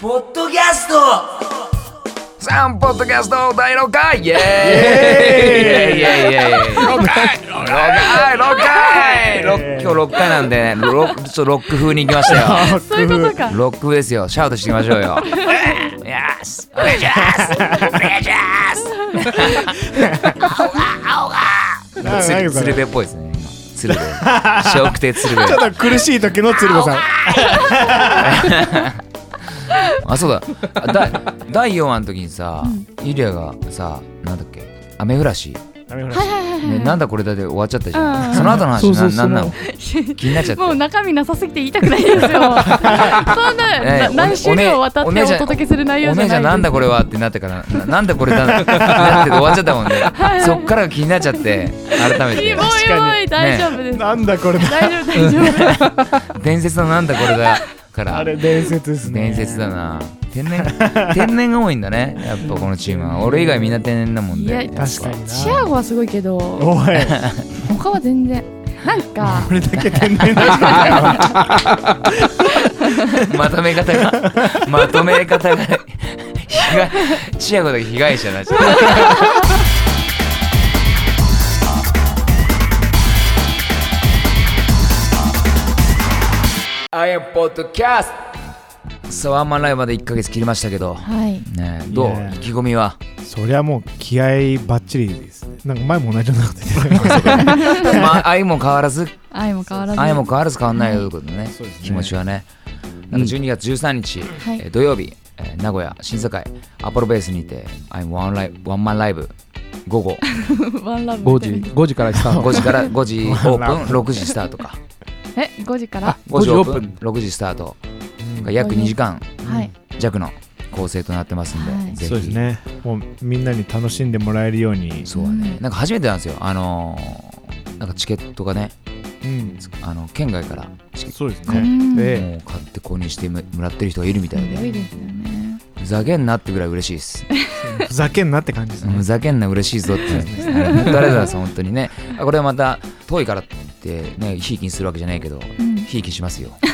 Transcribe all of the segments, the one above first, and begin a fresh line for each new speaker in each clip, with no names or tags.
ポッドキャスト
さんポッドキャスト第6回イエーイイエーイイエーイイエーイ6回6回6回六今日6回なんでねロックちょっとロック風に行きましたよ
そういうことか。
ロックですよ。シャウトしていきましょうよ。よしお願いしますお願いします青が青がつ
なん
る
かそれ
鶴瓶っぽいですね。今鶴瓶。笑福亭鶴
ちょ
瓶。
っと苦しい時の鶴瓶さん。
あ、そうだ。あだ第4話の時にさ、ユリアがさ、なんだっけ、雨降らし。ね、なんだこれだで終わっちゃったじゃ。
うんん
その後の話
そうそ
な
うそ
な
うん
なの気になっちゃって。
もう中身なさすぎて言いたくな いですよ。そん な、
ね
な何週にもわたって
お
お
姉ちゃん
届けする内容
お
じゃな
姉
いです。
ちゃんなんだこれはってなってからななんだこれだななって終わっちゃったもんねそっからが気になっちゃって改め
いい
て
もういいもういい大丈夫です。
なんだこれ。
大丈夫大丈 夫。
伝説のなんだこれだから
あれ伝説ですね。
伝説だ。な天然天然が多いんだねやっぱこのチームは俺以外みんな天然だもん
いや
で
確かにな。
シアゴはすごいけど、
おい、
他は全然なんか
これだけ天然だしたよ。
まとめ方 がまとめ方が被害千秋だけ被害者になっちゃった I am podcast さあワンマンライブまで1ヶ月切りましたけど
はい。
ねえどう
いや
意気込みは
そりゃもう気合バッチリですね。なんか前も同じようなこと言ってたけど。
まあ愛も変わらず
愛も変わらず。
愛も変わらず変わんないよということね、
そうですね
気持ちはね。なんか12月13日、
はい
えー土曜日、えー名古屋審査会アポロベースにて、アイムワンライワンマンライブ午後
ワンラブ
5
みた
時
いな。
5時からスター
5
ト
時から5時オ
ワンライ
ープ
ブ
ン、6時スタートか、
え、5時から。
5時オープ
5時
ン、6時スタート、約2時間
はい。
弱の構成となってますんで、
はい
ぜひ
そうですね。もうみんなに楽しんでもらえるように。
そうだね、なんか初めてなんですよ、あのーなんかチケットがね、
うん。
あの県外からチケッ
そうです
う
ね。
ん。
で
トを買って購入してもらってる人がいるみたい
すごい
で、
ですよね。
ふざけんなってぐらい嬉しいです。
ふざけんなって感じです
ふ
ね。
ざけんな嬉しいぞっていうですねありがとうございます本当にねあこれはまた遠いからってねひいきにするわけじゃないけど
うん
ひいきしますよ、
うん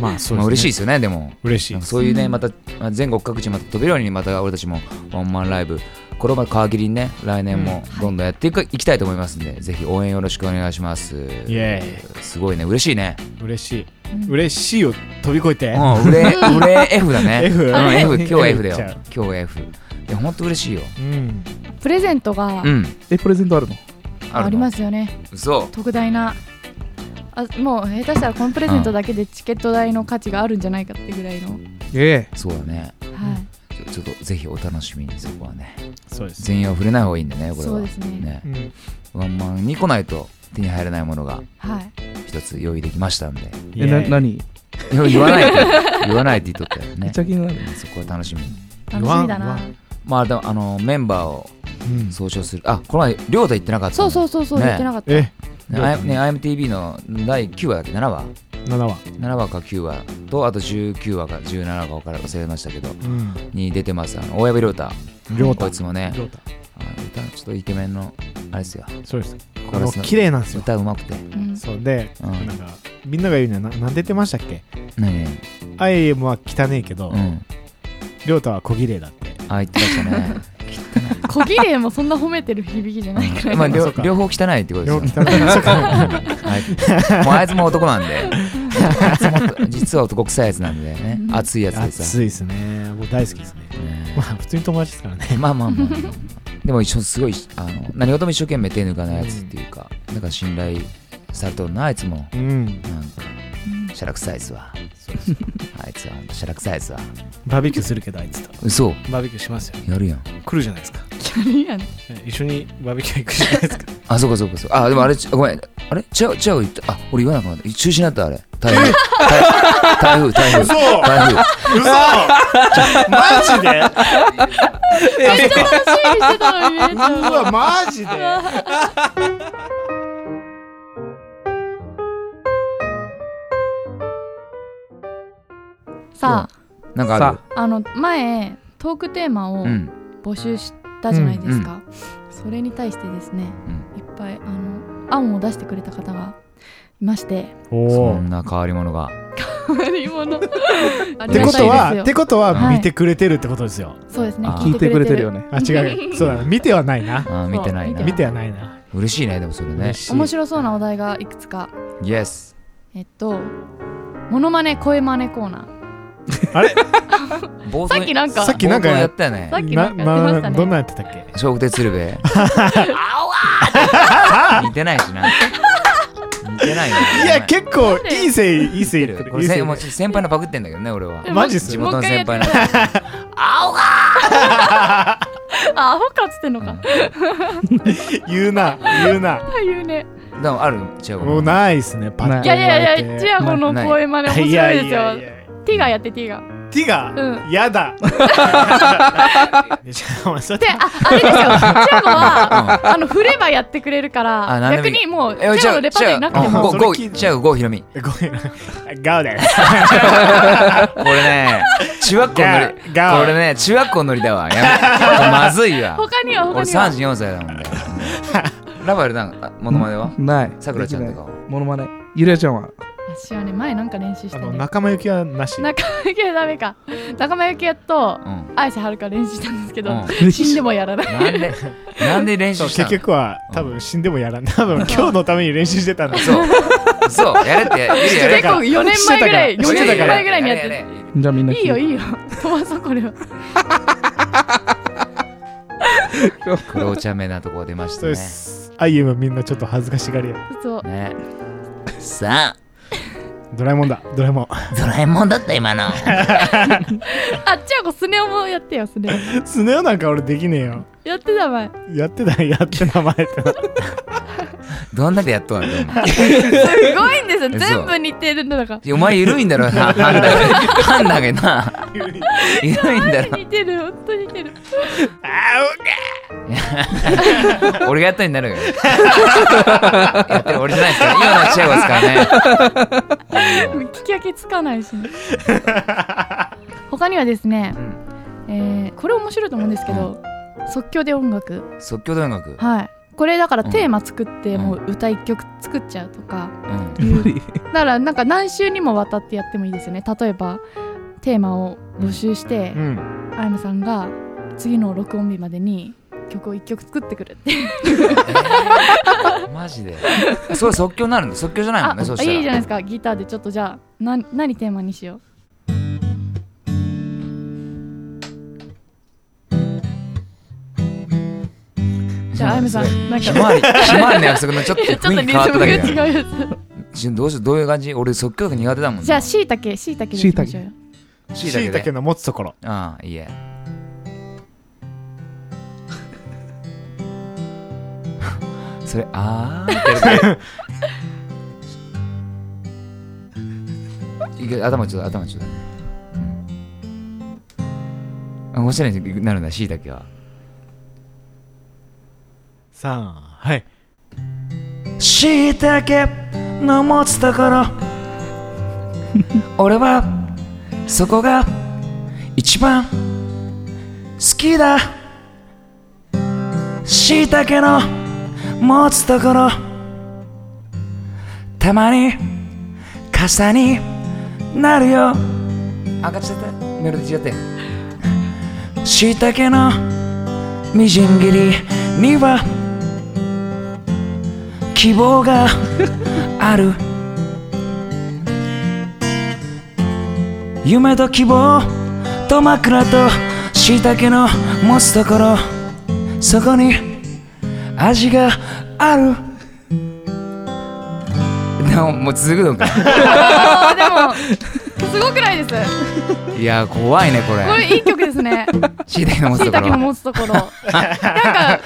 まあそうですね。
まあ、嬉しいですよねでも
嬉しい
なん
で
か
す。
そういうねまたまあ全国各地また飛べるようにまた俺たちもワンマンライブこれをまた皮切りにね来年もどんどんやっていく、いきたいと思いますんでぜひ応援よろしくお願いします
イエ
すごいね嬉しいね
ーイ。嬉しい。嬉しいを飛び越えて。
うんうれうれ F だね
F？
うん F 今日は F だ
F ちゃ
よ
う
今日は F いや本当嬉しいよ
うん。
プレゼントが
うん
えプレゼントあるの
るの
ありますよね。
そう
特大なあもう下手したらこのプレゼントだけでチケット代の価値があるんじゃないかってぐらいの、
ええ。
そうだね
は
ちょちょっとぜひお楽しみにそこはね
そうですね。
全員は触れない方がいいんでねこれは
そうですね
うん
ワンマンに来ないと手に入らないものが
いはい
一つ用意できましたんで
イ
え
エ
な
ーイ
何
いや言わ ないと言わないって言っとったよ
め
ね
っちゃ気になる
そこは楽しみに
楽しみだ
言わ
なん
まあでもあのメンバーを
うん
総称するあこの前亮太言ってなかった
そうそううそうそう、
ね
言ってなかった
え、
ねあやね IMTV の第9話だっけ7話
7話。
7話か9話とあと19話か17話か分から忘れましたけど
うん。
に出てますあの大藪亮太
亮
こ
太
い。つもね
亮太。
あの歌ちょっとイケメンのあれですよ
そうです。
コーラ
あの
スの
綺麗なんですよ。
歌うまくて
うん
そうで、
うん
なんかみんなが言うにはななんで言ってましたっけ
何々
アイエムは汚いけど
うん
亮太、は小綺麗だって
あ言ってました ね。
小綺麗もそんな褒めてる響きじゃないからい、
まあ
そ
両
うか
両方汚いってことです
両
よ
汚 い。そうか
はいもうあいつも男なんで。あいつも実は男臭いやつなんでね。熱いやつでさ。
暑いですねもう大好きですねま
ね
あ普通に友達ですからね
まあまあまあ。でも一緒にすごいあの何事も一生懸命手抜かないやつっていうか、なんか信頼されとるなあいつも。
うん
なんかシャラ臭いっすわ。あいつはほんとシャラ臭いっすわ。
バーベキューするけどあいつと
嘘
バーベキューしますよ
やるやん。
来るじゃないですか
キャリアね
ね一緒にバーベキュー行くじゃない ですか
あ、そうかそうかそうか。あ、でもあれ、ちごめん。あれ違う、違う言った。あ、俺言わなくなった。中止になった、あれ。台 風。台風、台風。台風。
マジで
楽しみにしてたのにね
うわマジで
さ
なんかある
さ
ああの前トークテーマを
うん、
募集したじゃないですか、それに対してですね、いっぱいあの案を出してくれた方がいまして
お
そ
お
んな変わり者が
余り物。あり
て
が
こ
た
と
い
はっ
です
て
よ。
ことは
はい
見てくれてるってことですよ、
そうですね。
あー
聞いてくれてるよね。
ねあ 違うそうだな見てはないな
あー見てないな
そう
見てはないな
嬉しいねでもそれね
嬉しい
面白そうなお題がいくつか。
イエス
えっと、モノマネ声マネコーナー。
あれ
冒
さっきなんか
さっきなんか
冒頭やったよね
さっきなんかやってましたね
どんなんやってたっけ
笑福亭鶴瓶あわー似てないしな似てないない
や結構いいせいいいせいい
構
い
これ
せ
先
い
もう先輩のパクってんだけどね俺は
え
マジっす
地元の先輩。
もう
の
一回やってくださいあ、 アホかっつってんのか。
言うな言うな
言うね。
でもある違う
もうないっすねパッ
い
と
やいやいや、
言
チア
わ
ゴの
ない
声マネ面
れて
白いです
やい
よ。
やいや
ティガやってティガ。
ティガ
う
やだ いやお前そう
で、
やっ
あ、あれですよ。チアゴは、あの、振ればやってくれるか
あ
ら、
何で
逆
もいい
にもう、チ
え
アゴのレパートリーなくても。
も
ゴゴ
それ聞いて
違うゴヒロミ
てごめんガウです
これね中学校のノリ
ガオ
これね中学校のノリだわやめ まずいわ
他には他
俺
には。
34歳だ もんねラバエルなんかあモノマネは
ない。
さくらちゃんとかは
できない。モノマネ。ゆりあちゃんは。
私はね、前なんか練習 し
あ
た
の
ね。
仲間由紀はなし
仲間由紀はダメか。仲間由紀やと
う、ん
綾瀬はるか練習したんですけど、
う
死んでもやらない。
なんでなんで練
そ
習
う
した
結
の
局は多分死んでもやらん多分今日のために練習してたんだ
そうそうやれってやれやれ
結構4年前ぐらい、
してた
4
から
年前ぐらいにやっ
れ
て
れ
じゃあみんな
る。
聞
いいよ
て
いいよ。飛ばそうこれは。
黒お茶目なとこ出ました
そう
ね
です。アイエムみんなちょっと恥ずかしがりや。
そう。
ねさ
ドラえもんだ、ドラえもん。
あドラえもんだった今の
あ、チアゴスネ夫もやってよ、スネ夫。
スネ夫なんか俺できねえよ。
やってた前。
やってた、やって名前ってな。
どんなでやっとんのお前
すごいんですよ。
嘘
全部似てるんだから。
お前緩いんだろ判断が判断が な緩いんだろ
似てる、本当に似てる。
俺がやったになるよ やってる俺じゃないですから今のはチェゴですからね
聞き分けつかないし、ね、他にはですね、えーこれ面白いと思うんですけど、即興で音楽
即興で音楽
はいこれだから
うん
テーマ作って、
うん
もう歌一曲作っちゃうとか、
うん
無理。
だからなんか何週にもわたってやってもいいですよね例えばテーマを募集して
う、ん。
あやむさんが次の録音日までに曲を一曲作ってくるって
マジでそれ即興になるんだ即興じゃないも
あ
んねそ
い
し
い
たら
じゃないですかギターでちょっとじゃあな何テーマにしようじゃああやむさんなん
ひ
か
まわりひまわりの約束のちょっと
ちょっと
雰囲気
リズ
変
ム
わっただ
が違
けだよ
うや
ちょどうしようどういう感じ俺即興が苦手だもん
つ。じゃあ、しいたけ、しいたけでいきましょうよ。
しい
しいた
だ
け
け
の持つところ。
ああいいえ それあーってやるといけ頭ちょっと頭ちょっと、うん、あ面白いになるんだしいたけは
さあ、はい。
しいたけの持つところ俺はそこが一番好きだしいたけの持つところたまにかさになるよ赤ちゃったメロディー違ってしいたけのみじん切りには希望がある夢と希望と枕と椎茸の持つところそこに味があるでももう続くのか
あーでも、すごくないです。
いや怖いねこ
こ
れ
れいい曲ですね。
椎茸の持
し
つとこ
いたけの
ろ
持つところ。なんか、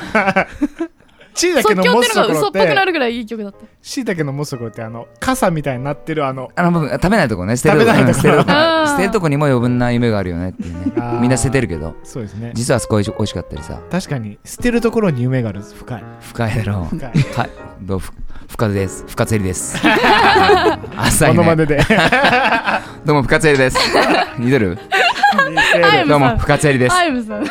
しいたけ
即
の
興っ
持
て
つ
のが
ところ
嘘っ
っ
ぽくな
て、
るぐらいいい曲だった。
しいたけの持つところって、あの、傘みたいになってるあの、
あの部分食べないとこね捨てるとこ
食べないとこ
捨てるとこ
あー
捨てるとこにも余分な夢があるよねっていうね
あー
みんな捨ててるけど
そうですね。
実はあそこ美味しかったりさ
確かに、捨てるところに夢がある。深い。
深いだろう
深い。
はい、どうふ、深津です。深津絵里 です。浅
こ
い
のま
ね。
でで。
どうも深津絵里です。似てる。
あやむ
どう
さ
も
ん。
深津絵里で
あ
す。
やむさん。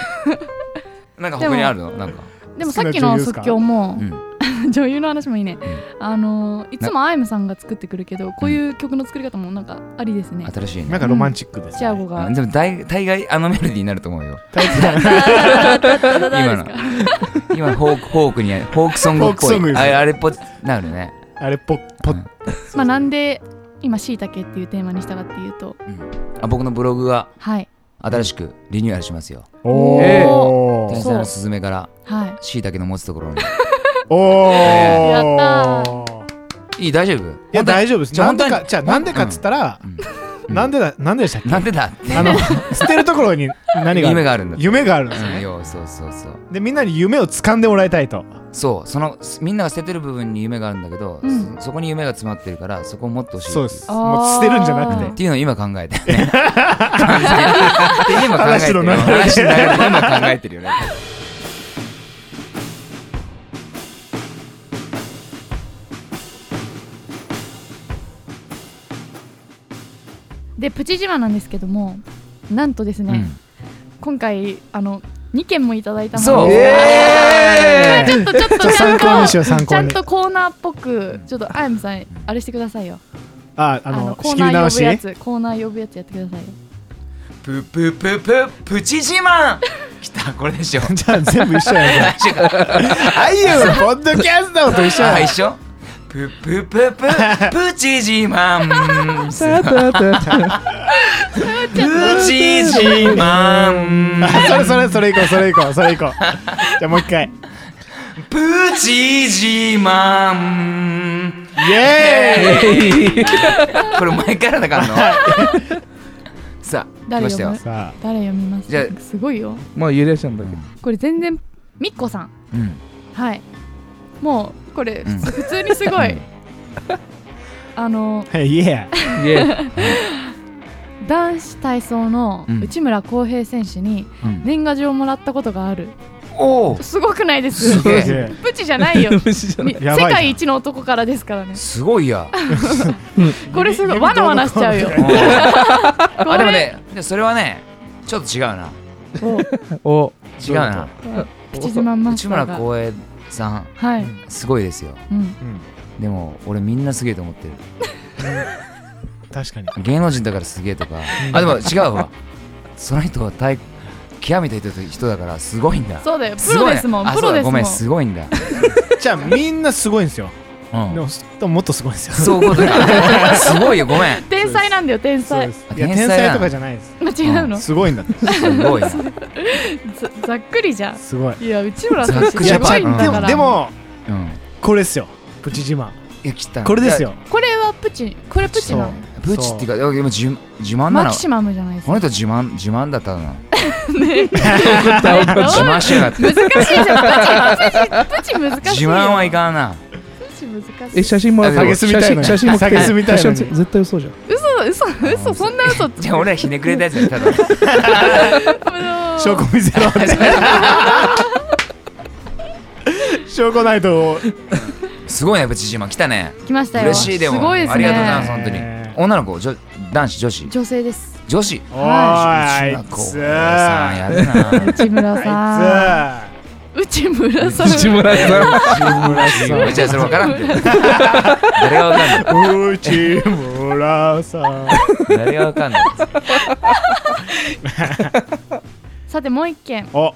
なんか他にあるの、なんか。
でもさっきの即興も
うん、
女優の話もいいねあのいつもアイムさんが作ってくるけどこういう曲の作り方もなんかありですね
新しい
な
ね
んかロマンチックです、ね
チアゴが
でも大大概あのメロディーになると思うよ
今
今の今フォークフォークにフォークソングっぽ
フォークソング
い
です
あれあれっぽなるね
あれポッポッ、
うん
まあなんで今しいたけっていうテーマにしたかっていうと
あ僕のブログが
はい
新しくリニューアルしますよ
おー、
ええ
「天才のすずめ」から
はい
しいたけの持つところに
おお、
やった
いい大丈夫
いや大丈夫です
じゃあ
なんで
本当
かじゃあなんでかっつったら、
うん
なんでだなんででしたっけ
なんでだって
あの捨てるところに何が
夢があるんだ
夢があるんです
うん
ね、
よそうそうそう
でみんなに夢を掴んでもらいたいと
そうそのすみんなが捨ててる部分に夢があるんだけど、
うん
そそこに夢が詰まってるからそこを持ってほしい
そうです
あー
もう捨てるんじゃなく
ってていうのを今考えてるね今考えてるよ
話の流れ
話の流れで今考えてるよね
でプチ自慢なんですけどもなんとですね、今回あの2件もいただいたも
そ
の
う
で
え
ちょっとちょっと
ちょっと
ちゃ
参
んと
考にしよう参
ち
考
ゃん
に
とコーナーっぽくちょっとあやむさんあれしてくださいよ
ああ
あ
の
のコ
仕
ー
切り
ナ
直
ー呼ぶや
し
つコーナー呼ぶやつやってくださいよ
プププププチ自慢きたこれでしょ
じゃあ全部一緒やね あゆのポッドキャストと一緒
あ
や
一 緒プププププチ自慢 プチ自慢
あそれそれそれいこうそれいこうそれいこうじゃあもう一回
プチ自慢
イエーイ
これ前からだからのさあ来
誰
ました
呼
よ
ぶ
さあ
誰読みます
じゃあ
すごいよ
まあゆれちゃんだけど
これ全然みっこさん
うん
はいもうこれ
うん
普通普通にすごい、
うん
あの
はいイエ
イエー
男子体操の
うん
内村航平選手に
うん
年賀状をもらったことがある
おお
すごくないです
すげえ
ーイ
プチじゃない よ
無視じゃない
み世
やばいな
界一の男からですからね
すごいや
これすごいわなわなしちゃうよ
うん
こ
あでも
れ
ねでそれはねちょっと違うな
お
違うな
プチ自慢マ
内
スタ
村
ーが
光栄さん
はい、
すごいですよ
うん、
うん
でも俺みんなすげえと思ってる
確かに
芸能人だからすげえとかあでも違うわその人は大極めた人人だからすごいんだ
そうだよプ
すご
ロ
い
ですもん
あ
プ
そ
ロ
うだ
です
ご
も
め
ん
んすごいんだ
じゃあみんなすごいんですよ
うん
でもすもっとすごいんですよ
そういうことかすごいよごめん
天才なんだよ天
そう
才
です
あ
いや
天才だ
天才とかじゃないです
間 違うの、
すごいんだって
すごいな
ざざっくりじゃん
すごい
いや内村選
ざっく
手
り
す
やば
ご
い
いん
う
だ
で
から
もでも
うん
これですよプチ自慢
いや切った
これですよ
これはプチこれプチなの
そう
プチっていうかいやでも自自慢な
マ
の
キシマムじゃないです
こ
か
の人自慢自慢だ ったな
どう
自慢しやがって
難しいじゃんプチプチプチ難しいよ
自慢はいかんな
プチ難しい
え写真もらった
あげ
すみたいのに
写真写真も来て
あげすみたいのに
写真絶対嘘じゃん
嘘嘘嘘そんな 嘘
じゃあ俺はひねくれたやつやっただ
あの
証拠見せろって 証拠ないと
すごいねプチ自慢来たね
来ましたよ
嬉しいでも
すごいですね
ありがとうございます本当に
ね
女の子じょ男子女子
女性です
女子
おいあい
こう
つ
さんや
あい
るな
内村さ
つ
ん内村さん
内村さ
じゃあそれ分からんっ て誰が分かんな
内村さん
い誰が分かんない
さてもう一件
お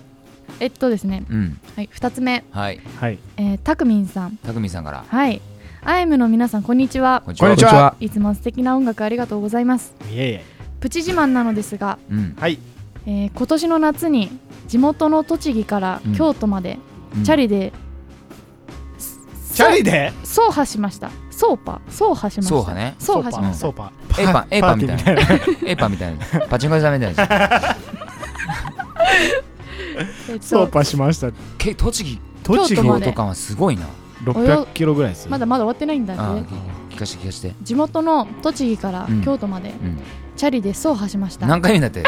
えっとですね
うん
はい二つ目
はい
はい
えーたくみんさん
たくみさんから
はいアイムの皆さんこんにちは
こんに
こんにち
ん
はい
つも素敵な音楽ありがとうございます
いえいえ
プチ自慢なのですが、
うん
はい
えー今年の夏に地元の栃木から
うん
京都まで、
うん
チャリで
チャリで
走破しました走破走破しました
走破ね
走破しまし
ソ
た
ー パ
エイパンエイパンみたい
パーティーみ
なエイパンみたいなパチンコ屋さんみたいな
えっ
ソー
と
パしました
け栃木
栃木
京都ま
京
で
都間はすごいな
600キロぐらいですよ
まだまだ終わってないんだ
あ
ね
ー聞かして聞かして
地元の栃木から
うん
京都まで、
うん
チャリで走破しました
何回言うんだって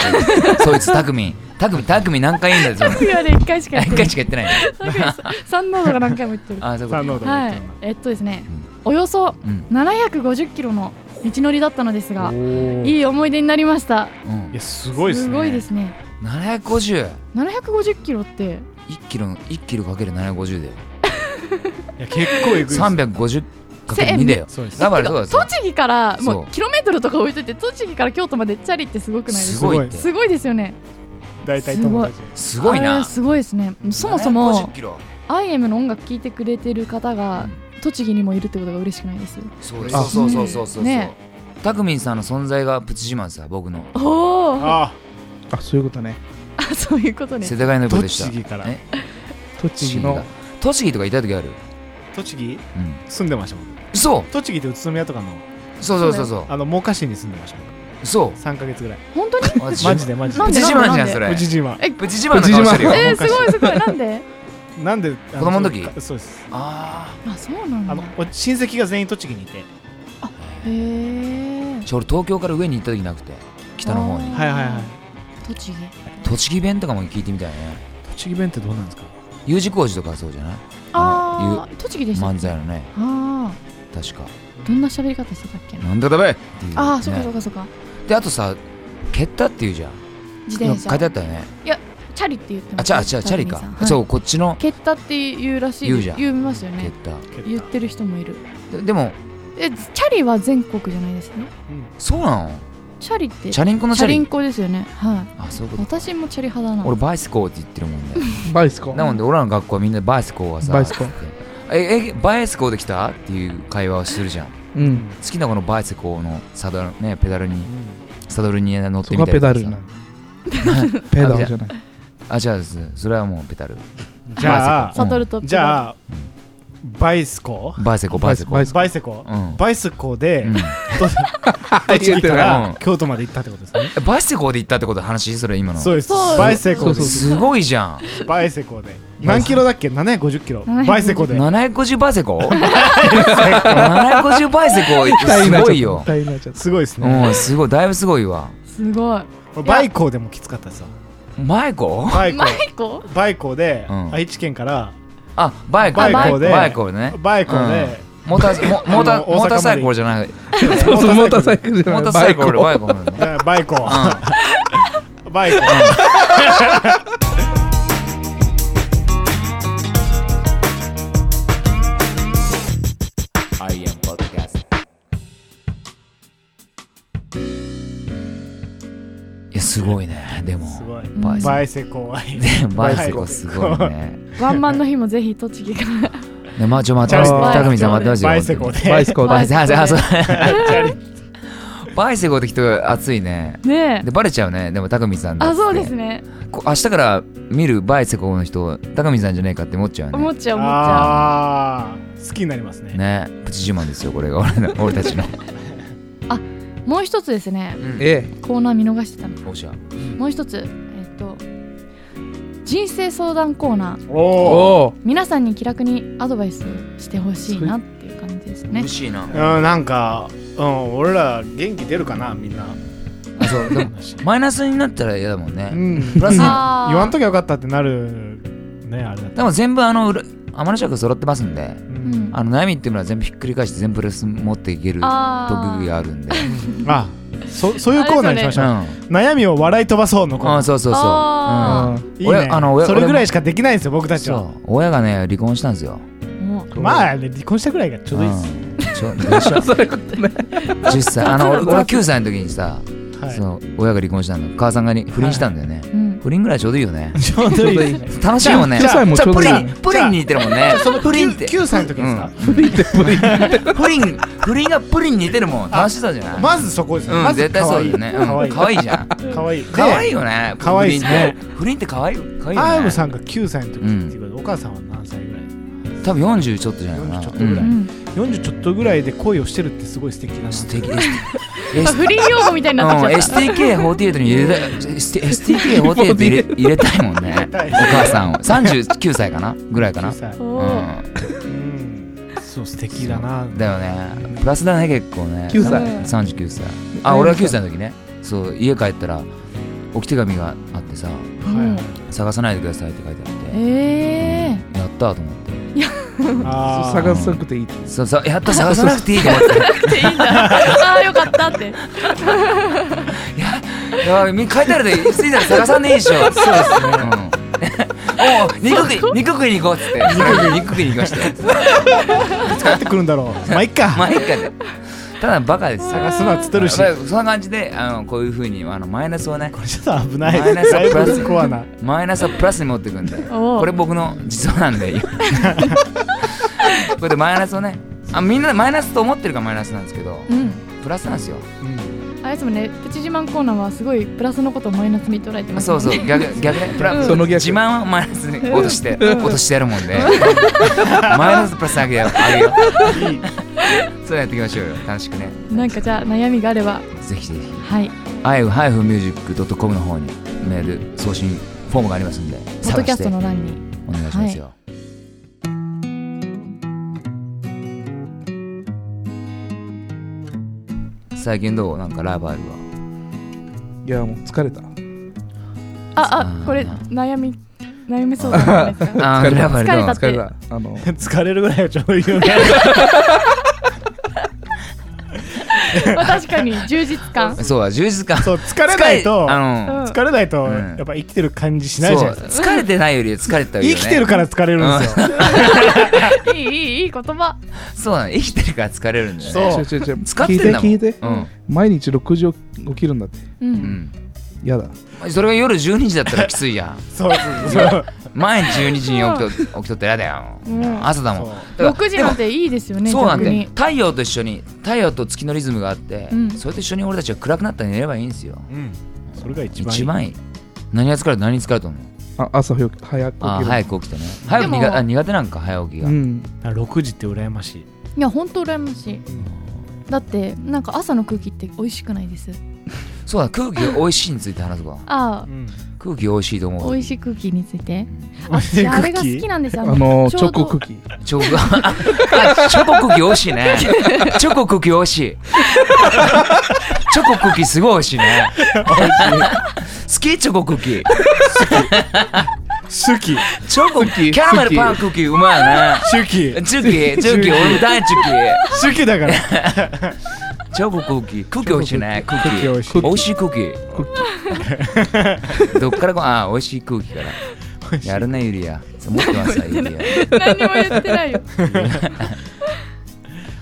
そいつたくみんたくみんたくみん何回言うんだよそ
いやね一回しか
れ
やっ
一
てない
回しか言ってない
三濃度が何回も言ってる
あーそう
さあ
い
ノ
うこ
ート
と
はいえっとですねおよそ
うん
750キロの道のりだったのですが
おー
いい思い出になりました
うん
いやすごいですね
すごいですね
750
750キロって
一キロ一キロかける750で
いや結構えぐいです
350かけ2だよ
そうです
だからそうだそう
栃木からも
そう
うキロメートルとか置いといて栃木から京都までチャリってすごくないです
す
か
ごいって
すごいですよね
大体友達です
すごい
あ
な
れすごいですねそもそも
50キロ
IM の音楽聴いてくれてる方
う
が栃木にもいるってことが嬉しくないです
そうです
あ
そうそうそうそうそう
ね
たくみんさんの存在がプチ自慢さ僕の
おお
あ
あそういうことね
あそういうことね
世田谷の
あ
子でした
栃木から
え
栃木の
栃木とかいた時ある
栃木
うん
住んでましたもん
そう
栃木って宇都宮とかの
そうそうそうそ
あの真岡市に住んでましたもん
うそう
3ヶ月ぐらい
本当に
マ
マジでマジで
な
プ
ん
チ
で
自慢じゃんそれ
宇治島
え
プチ自慢の顔してるよ
プチ自
えー、すごいすごいなんで
なんで子
供の時
そうです
あ
あそうなん
あ
だ
のお親戚が全員栃木にいて
へえ
あちょ俺東京から上に行った時なくて北の方に
はいはいはい
栃木
栃木弁とかも聞いてみたいね
栃木弁ってどうなんですか
U 字工事とかそうじゃない
ああ栃木でしたっけ
漫才のね
あ
確か
あどんな喋り方してたっけな
なんだだべっていうね
ああそっかそっかそっか
であとさ蹴ったっていうじゃん
自
書い
転
てあ
車
ったよね
チャリって言って
あ
ま
ち
す
ゃあちゃあチャリか
高見さんはい
そうこっちの
蹴ったって言うらしい
言うじゃん
言いますよ
蹴っ
ね
た
言ってる人もいる
ででも
えチャリは全国じゃないですね
そうなの
チャリって
チャリンコのチ
チ
ャ
ャリ
リ
ンコですよねはい
あそういうこと
私もチャリ派だな
俺バイスコーって言ってるもんね
バイスコ
なので俺らの学校はみんなバイスコーはさ
バイスコ
ってええバイスコーで来たっていう会話をするじゃん
うん
好きな子のバイスコーのサドルねペダルにサドルに乗っ
そ
て
こ
みた
が
りとかさ
ペダルになるペダルじゃない
あじゃあですそれはもうペダル
じゃ
バイ
あ
セコ
サトルと
じゃあバイスコ
バイスコーバイスコー
バ
バ
イ
イ
ス
スコ
うん
バイスコで
うん
栃木
う
か
ん
ら京都まで行ったってことですね
えバイスコーで行ったってこと話それ今の
そうです
そう
バイスコ
そう
です
すごいじゃん
バイセコで何キロだっけ750キロ
750
バイセコで
750バイセコ750バイセコすごいよ
絶。対になっちゃった
すごいですね
うん、すごい、だいぶすごいわ。
すごい
俺バイコでもきつかったですわ
マイコ
バイコ
マイコ
バイコで
うん
愛知県から
あ、バイコ。
バイコで
バイコね。
バイコで
モーター、モモータ
あ
ー、
の
モーター
大阪まで
サイコルじゃない。モ
そうそうモーターサイクルじゃな
ー
い
ター
バ
サイ
イコ
コル、バイコ。うん
だからバイコ バイコ
いや、すごいね。でも
す、ごい
バイ
バ
セ
イセコはいい
コ。バイセコすごいね。
ワンマンの日もぜひ栃木から
ね、まあ、ちょ、待って
チャ
ます。
リス
た
コ
くみさん待ってますよ。
バイセコ
本
で
バイスコ
当
だ
に。バイセコ、あ、そう。
チャリ
バイセコって人が熱い ね。
ねえ
で、バレちゃうね。でも、たくみさんだっつ
あ
って
そうですね
こ明日から見るバイセコの人高見さんじゃねえかって思っちゃうね
思っちゃう思っちゃ
あー好きになりますね
ねプチ自慢ですよこれが俺 の俺たちの
うもう一つですね
え
え
コーナー見逃してたの
おっしゃ
もう一つえっと人生相談コーナー
え
おお
おお
皆さんに気楽にアドバイスしてほしいなっていう感じですね
嬉しいな
うんなんかうん俺ら元気出るかなみんな
あそうでもマイナスになったら嫌だもん
う
ね
んプラスに
あー
言わんときゃよかったってなるねあれだ
でも全部あの裏天の尺揃ってますんで
う
うんん
あの悩みっていうのは全部ひっくり返して全部プレス持っていける特
あー
技があるんで
あそそういうコーナーにしまし
う
ょ
ん
う悩みを笑い飛ばそうのコー
あ
ナ
ー
ー
そうそうそうう
あ
ん
うん
いい
俺
ね
あの俺
それぐらいしかできないんですよ僕たち
そ
は
う親がね離婚したんですよ
もう
まあね離婚したぐらいがちょうどいいです
すちょでしょ10歳あの俺俺9歳の時にさそ
は
の親が離婚したんだ母さんがに不倫したんだよね、
うん
不倫ぐらいちょうどいいよね
い ちょうどいいですね
楽しいもんね
9歳も
じゃあ
ちょう
プ
どいい
リ
よ
ン
ね
プリンに似てるもんね
その
プリンって
9歳の時ですか
プリンってプリン
プリン不倫がプリンに似てるもん楽しそうじゃない
まずそこですね
う
ま
ん
ず
絶対そうだよね
かわ
うん
いい
可愛いじゃん
かわいい
可愛いよね
可愛いっすね
不倫って不倫って可愛い可愛い
ア
よ
ー
ね
ムさんが9歳の時っていうことでお母さんは何歳ぐらい
多分40ちょっとじゃないかな
40ちょっとぐらい
うん
うん
40ちょっとぐらいで恋をしてるってすごい素敵だな
素敵 S- S-
あ不倫用語みたいに
う
なってきちゃ
ん
った
STK48 に入れた S- STK48 入れ入れたいもんね
たい
お母さんを39歳かなぐらいかな
9歳
う
おー
ん
うんそう素敵だな
だよねプラスだね結構ね
9
歳
39歳あ俺は9歳の時ねそう家帰ったら置き手紙があってさ
うん
「探さないでください」って書いてあって、
ええ
やったと思って
あー
探さなくていい
そうそうやった探さなくていいと思って
っていいんだあーよかったっ
い
て
やいやみ書いてあるで気づいたら探さねえでしょそうですね、 おう肉食い肉食いに行こうっつって肉食いに行きましたよ
使ってくるんだろう。まあいっ
まあ
か。
いいかねただバカです
探すのはつとるし。
まあそんな感じであのこういうふうにあのマイナスをね
これちょっと危ない。
マイナス
だいぶコアな。
マイナスをプラスに持っていくんで
おう
これ僕の実話なんでこれでマイナスをねあみんなマイナスと思ってるからマイナスなんですけど
うん
プラスなんですよ
あいつもねプチ自慢コーナーはすごいプラスのことをマイナスに捉えてます、
そう
ね、
そう逆逆ねプラ
その逆
自慢はマイナスに落として
うん
落としてやるもんでマイナスプラスあげようあげよう そうやっていきましょうよ楽しくね
なんかじゃあ悩みがあれば
ぜひぜひ
はい
イ i f e m u s i c c o m の方にメール送信フォームがありますんで
ポッドキャストの
探
欄
して
に
お願いしますよ、最近どうなんかライブあるわ
いやもう疲れた
ああこれ悩み悩みそうだですか
あ
疲
ライ
れた
ブある
疲れた
疲れたあの
疲れるぐらいはちょうどいい よね。
まあ確かに充実感
そうだ充実感
そう疲れないと
疲れあの、
うん
疲れないと
うん
やっぱ生きてる感じしないじゃないですか。
そう疲れてないより疲れてたよね
生きてるから疲れるんですよ。
いいいいいい言葉
そうなの生きてるから疲れるんだよね
そう
ちょちょちょ
使ってんだもん
聞いて聞いて
うん
毎日6時起きるんだって
う
うんん
やだ
それが夜12時だったらきついやん
そうそうそう。
前12時に起きと起きとってやだよ、
うん
朝だもん
そう
だから
6時なんていいですよね
そうなんだよ
逆に
太陽と一緒に太陽と月のリズムがあって、
うん
それと一緒に俺たちが暗くなったら寝ればいいんですよ
うん。それが一番い
一。番
い
いい何が疲れる何に疲れとんの
あ朝早く早く起きる
あー早
く
く起きてね早く
でも
苦あ苦手なんか早起きが、
うん
あ6時って羨ましい。
いや本当羨ましいだってなんか朝の空気って美味しくないです
そうだ空気が美味しいについて話そうか
あ
うん。
空気美味しいと思
あ
う
美味しい空気について
あ
いやあれが好きなんですよ
あの
ち
チ
ょう
ョ
ど
コクッキー
チョコ あチョコクッキー美味しいね。チョコクッキー美味しい。チョコクッキーすごい美味しいね。好きチョコクッキー。
好 き。
チョコクッキー。キャラメルパンクッキーうまいよ
好き。
ね。チュキ、チュ キ、俺も大チュ
好きだ から。
キ。チョコクッキー。クッキー美味しいね。クッキ
クッキー美味し
ー。
い
美味しいクッキー。どっからこあ、美味しいクッキーから。やるね、ゆりや。持ってますわ、ゆりや。
何にも言ってないよ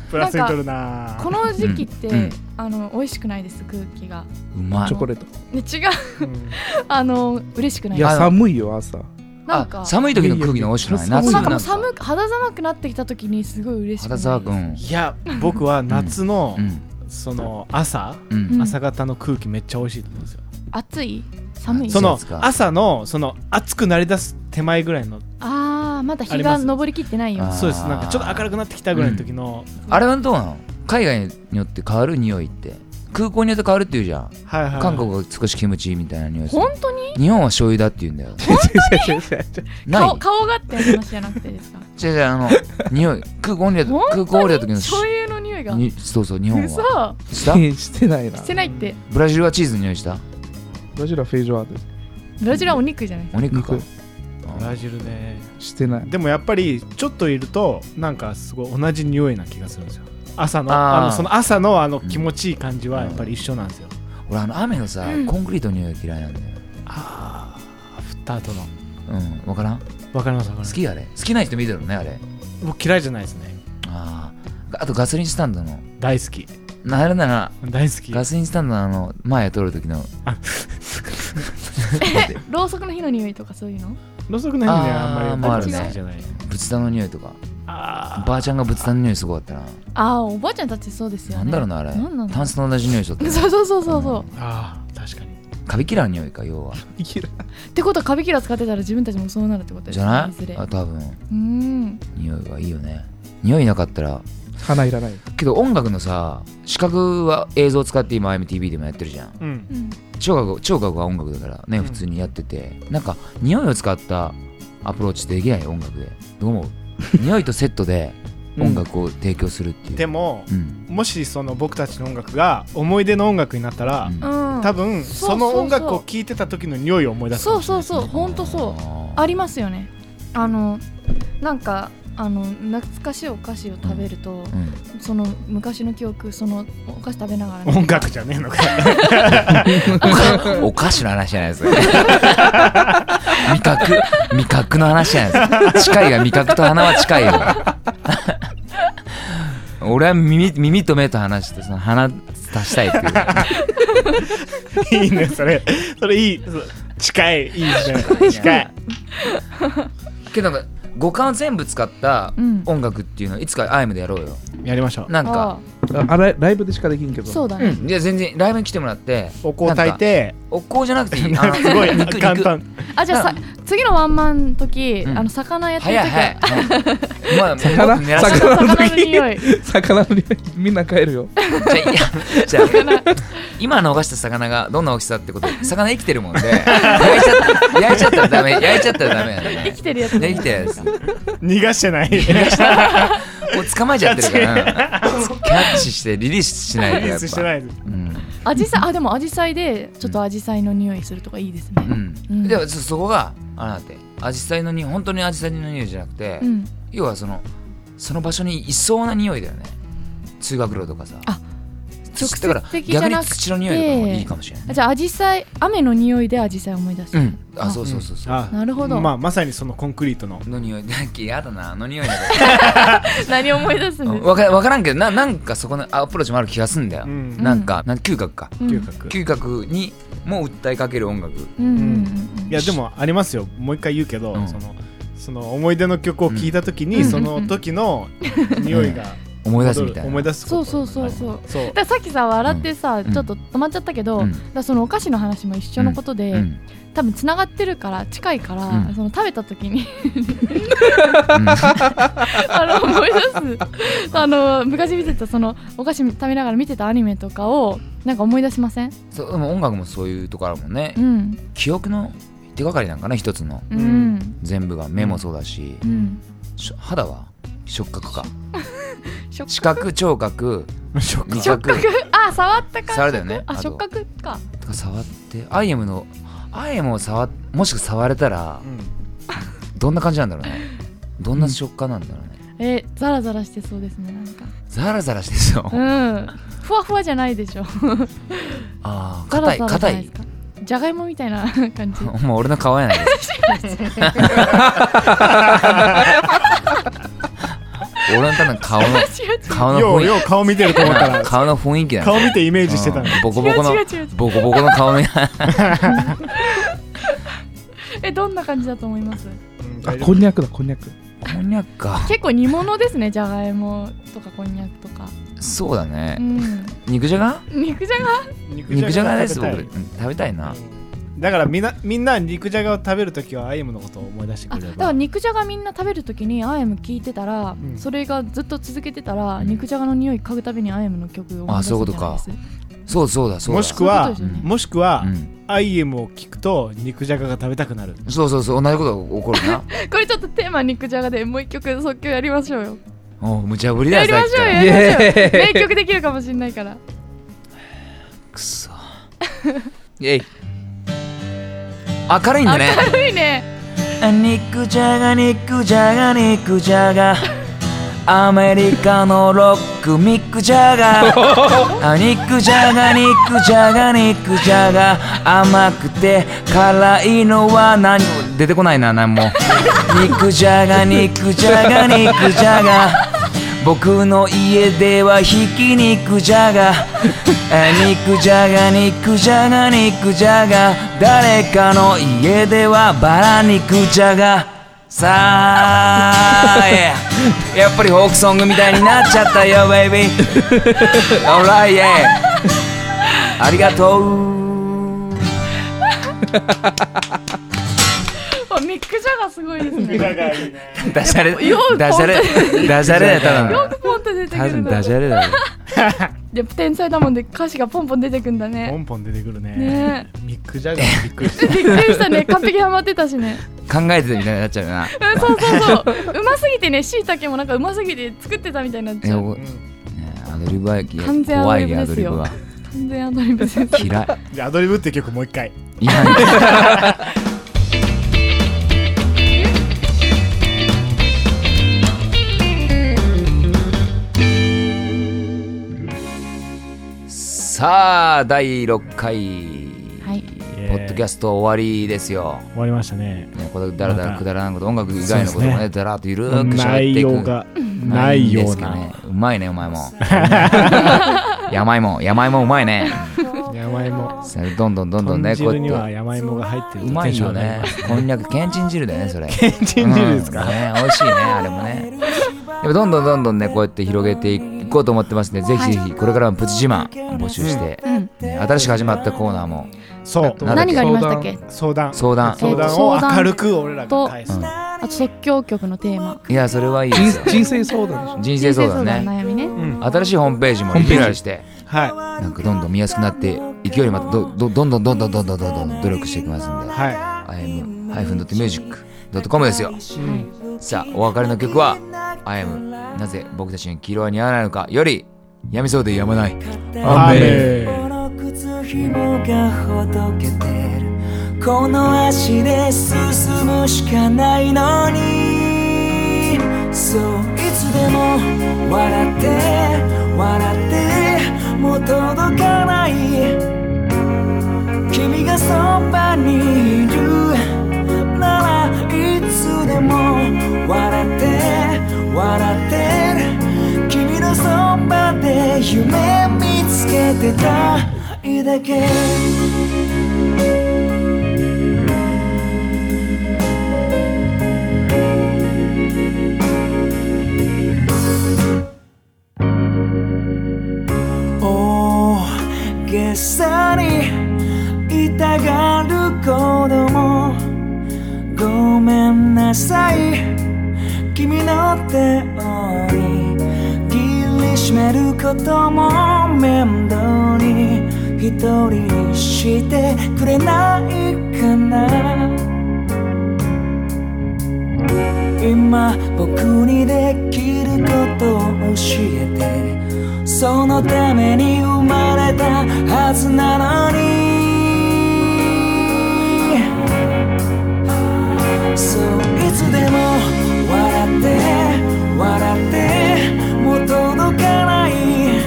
プラスにとるな。
この時期って、
うんうん
あの美味しくないです空気が、
うま
チ
い
ョ。コレート
ね、違う
うん
あの嬉しくない
い
です
あ
や
の
寒いよ朝
なんか
あ寒い時の空気の美味しくない。夏の
なんかも
なか。
うん寒く肌寒くなってきた時にすごい嬉しくない
肌沢くん。
いや僕は夏の
うん。
その朝
うん
うん
朝方の空気めっちゃ美味しいと思うんですよ。
暑い寒い
そ
いい
の
ですか
朝のその暑くなりだす手前ぐらいの
あーまだ
あ
日
り
が
ます
昇りきってないよ
あー
そうですなんかちょっと明るくなってきたぐらいの時の、
あれはどうなの海外によって変わる匂いって空港によって変わるって言うじゃん
はいはいはい
韓国は少しキムチみたいな匂いする
本当に
日本は醤油だって言うんだよない
顔顔がって話じゃなくてですか
違う違うあの匂い空港に出た
本当
空港
に
降りた時のし
醤油の匂いが
にそうそう日本
嘘
はした
してないな
してないって
ブラジルはチーズの匂いした
どちらフェイジョアです
ブラジルはお肉じゃない
お肉か
肉
あ
ブラジルね
してない
でもやっぱりちょっといるとなんかすごい同じ匂いな気がするんですよ朝の
あー
あのその朝のあの気持ちいい感じはやっぱり一緒なんですよ、
俺あの雨のさ
うん
コンクリートの匂い嫌いなんだよ
ああー降った後の
うん分からん好
わかりますわかります
きあれ好きな人もいるだろうねあれ
僕嫌いじゃないですね
あーあとガソリンスタンドの
大好き
なるなら
大好き
ガソリンスタンドのあの前を通る時の
ろうそくの火の匂いとかそういうの
ろうそくないんであんま
あ
り
ー
やっ
ま
あ
ぱ
ある
り
ね
好きじゃない
仏壇の匂いとか
あ
ばあちゃんが仏壇の匂いすごかったな
ああおばあちゃんたちそうですよ
な
ね
んだろうなあれ
なんなんだ
タンスと同じ匂いしとった
そうそうそうそうそう
ーあー確かに
カビキラーの匂いか要は
ってことはカビキラ使ってたら自分たちもそうなるってことです
じ
ね
ゃない
ずれ
あ
う
多分
ーん
匂いがいいよね匂いなかったら
花 いらない
けど音楽のさ視覚は映像を使って今 IMTV でもやってるじゃん
うん
うん
聴覚聴覚は音楽だからね
うん
普通にやってて、なんか匂いを使ったアプローチできない音楽でどう 思う匂いとセットで音楽を提供するっていう、
でも
うん
もしその僕たちの音楽が思い出の音楽になったら、
うん
うん
多分
そう
その音楽を聴いてた時の匂いを思い出す
そうそうそうほんとそう
あー
ありますよねあのなんかあの懐かしいお菓子を食べると、
うん
その昔の記憶そのお菓子食べながら、ね、
音楽じゃねえのか
お菓子の話じゃないですよ 味覚味覚の話じゃないです近いが味覚と鼻は近 いよ俺は耳耳と目と話してその鼻足したいっていう
いいねそれそれいいそう近いいいね近い
けどなんか五感全部使った
うん
音楽っていうのはいつかアイムでやろうよ
やりましょう
なんか
あ
ああライライブでしかできんけど
あそうだ
う
ね、
んいや全然ライブに来てもらって
お香炊いて
お香じゃなくていいあ の
なんかすごい
肉
簡
肉
単
あじゃあさ次のワンマンの時、
うん
あの魚やってる
早い早い
時は
うんまあ
魚
狙って
魚の
魚の匂い
魚の匂いみんな帰るよ
じゃあいやじゃあ今逃した魚がどんな大きさってこと魚生きてるもんで焼いちゃった焼いちゃったらダメ焼いちゃったらダメだね
生きてるやつ
生きてるやつも
逃がしてないう
捕まえちゃってるからキャッチしてリリースしないと
リリ
や
ー
っ
スして
ぱ
ないです
うん
アジサイあでもアジサイでちょっとアジサイの匂いするとかいいです
う
ね
ん
うん
でもそそこがあれだってアジサイの匂い本当にアジサイの匂いじゃなくて
うん、
要はそのその場所にいそうな匂いだよね通学路とかさ
あ
土
直接
だから
的じゃ
逆に
なくて
土の匂いとかもいいかもしれない
あじゃあアジサイ雨の匂いでアジサイ思い出す、
うんあそうそうそうそう
あ
なるほど
まあまさにそのコンクリートの
の匂いなんか嫌だなあの匂いだけ
何思い出すんですか、
わかわからんけどななんかそこのアプローチもある気がすんだよ、
うん
なんかなん嗅覚か、
うん、う
嗅
ん
覚い
嗅覚にも訴えかける音楽
うんうんうん
やでもありますよもう一回言うけど
うん
そのその思い出の曲を聴いた時
うん
にその時の匂いが
思い出す
戻
みたいな
る思い出す
そ
こ
う
と
そうそうそう
そう
だからさっきさ笑ってさ、
うん
ちょっと止まっちゃったけど、
うん
だからそのお菓子の話も一緒のことで、
うん
多分つながってるから近いから、
うん
その食べた時に
うん
あの思い出すあの昔見てたそのお菓子食べながら見てたアニメとかをなんか思い出しません
そうでも音楽もそういうとこあるもんね、
うん
記憶の手がかりなんかな一つの
うんうん、
全部が目もそうだし、しょ肌は触覚か
触
視覚聴覚
触
味
触
覚
覚あ触ったか
触るだよね
あ
あと
触覚か
とか触ってアイエムのアイエムを触っもしくは触れたら
うん
どんな感じなんだろうねどんな食感なんだろうね、
えー、ザラザラしてそうですねなんか
ザラザラしてそう、
う
あ
んふわふわじゃない でしょ
あー
ザ
硬
ラ
い
ザラじゃ
硬
ない
い
ですかじゃがいもみたいな感じ
もう俺の顔やないです。俺の多分顔の顔の
よう
雰囲
よう顔見てると思った
気
ら
顔の雰囲気だ
顔
ね。
見てイメージしてたの
うんボコ
違う
ボコの
違う違う違う
ボコボコの顔の
えどんな感じだと思い ます
うん
あ
大丈
こんにゃくだこんにゃく
こんにゃくか。
結構煮物ですねじゃがいもとかこんにゃくとか
そうだね
う。ん
肉じゃが？
肉じゃが
夫
肉じゃがです
食
僕。
べた
う
い
ん食べたいな。
うんだからみんなみんな肉じゃがを食べるときはアイムのことを思い出して
あ
くれ
だ
れ
から
ば
肉じゃがみんな食べるときにアイム聞いてたら、
うん
それがずっと続けてたら、
うん
肉じゃがの匂い嗅ぐたびにアイムの曲を思い出すんじゃないです
そうそうだそうだ。
もしくは
そういうことですよね
もしくは
うん
アイエムを聞くと肉じゃがが食べたくなる
そうそうそう同じことが起こるな。
これちょっとテーマ肉じゃがでもう一曲即興やりましょうよ
おう無茶ぶりだ
や
よさっ
りま
き
し
か
ょうよ
ら。
や りましょうよ名曲できるかもしれないから
くそ。イエイ。明るいんだね。
明るいね
肉じゃが肉じゃが肉じゃ がアメリカのロックミックジャガ ーあ肉じゃが肉じゃが肉じゃが甘くて辛いのは何も出てこないな何も肉じゃが肉じゃが肉じゃが僕の家ではひき肉じゃがあ肉じゃが肉じゃが肉じゃが誰かの家ではバラ肉じゃがさあ yeah やっぱりフォークソングみたいになっちゃったよベイビー alright yeah ありがとう
あミックジャガすごいで すね
ダジャ
よう
レダジャレダジャレだよ多
よ
分
くポンって出てく
多
る
分
の
ダジャレだよ
やっぱ天才だもんで歌詞がポンポン出てくんだ
ポ
ね
ンポン出てくるね
ね
ミックジャガーもびっくりし
びっくりしたね完璧ハマってたしね
考えてたみたいになっちゃうな
うんそうそうそううますぎてねしいたけもなんかうますぎて作ってたみたいになっ
い
ちゃ
や
う
お
た、
ね
う
アドリブは
完全
怖いね
ア
ア
ド
ド
リ
リ
ブ
ブ
で
は
完全アドリブ です
嫌 い
ん、でアドリブって曲もう一回
いやさあ第6回、
はい
ポッドキャスト終わりですよ、
終わりましたね
ね、これだらだ
ま
ら
た
くだらないこと音楽以外のこともね
そうですね
だらっとゆるーく喋っ
内
ていく
容がないよう
いいんで
な
すかねうまいねお前 も山芋山芋うまいね
山芋
さあどんどんどんどんね
豚
こう
汁に
やっ
は
て
山芋が入ってる
うまいよねこんにゃくけんちん汁だよねそれけん
チン汁ですか
ね美味しいねあれもねやっぱどんどんどんどんねこうやって広げていこうと思ってますねぜひぜひこれからもプチ自慢募集して、
うん
ね新しく始まったコーナーも
そう
なんだっけ
何がありましたっけ
相談
相談
相談を明るく俺らに対す
うん
る
あと即興曲のテーマ
いやそれはいいで
人
すよ
人生相談で しょ
人生相談
人生
ね
の悩みね
うん
新しいホームページも
ホームページ
リニューアルして
は
なんかどんどん見やすくなっていくよりまたどどどんどんどんどんどんどんどんどん努力していきますん
い
で
は
im-music.com ですよさあお別れの曲は「I am なぜ僕たちに黄色は似合わないのか」より「やみそうでやまない」
い
アー
メン
この靴ひもがほどけてるこの足で進むしかないのにそういつでも笑って笑ってもう届かない君がそばにいるならいつでも笑って笑って君のそばで夢見つけてたいだけ大げさに痛がる子供ごめんなさい君の手を握りしめることも面倒に一人にしてくれないかな今僕にできることを教えてそのために生まれたはずなのにそういつでも笑って笑ってもう届かない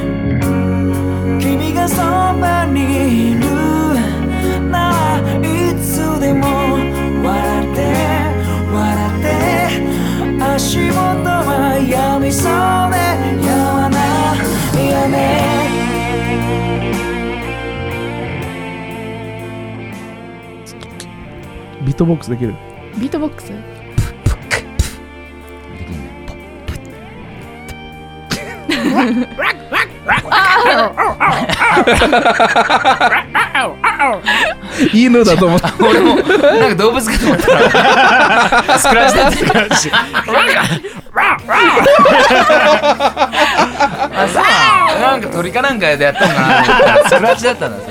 君がそばにいるならいつでも笑って笑って足元はやみそうでやわないよね
ビートボックスできる
ビートボックス
できんね
いいのだと思った
俺もなんか動物かと思ったらスクラッチだった
よし
あさあなんか鳥かなんかでやったのかなと思ったらスクラッチだったんだ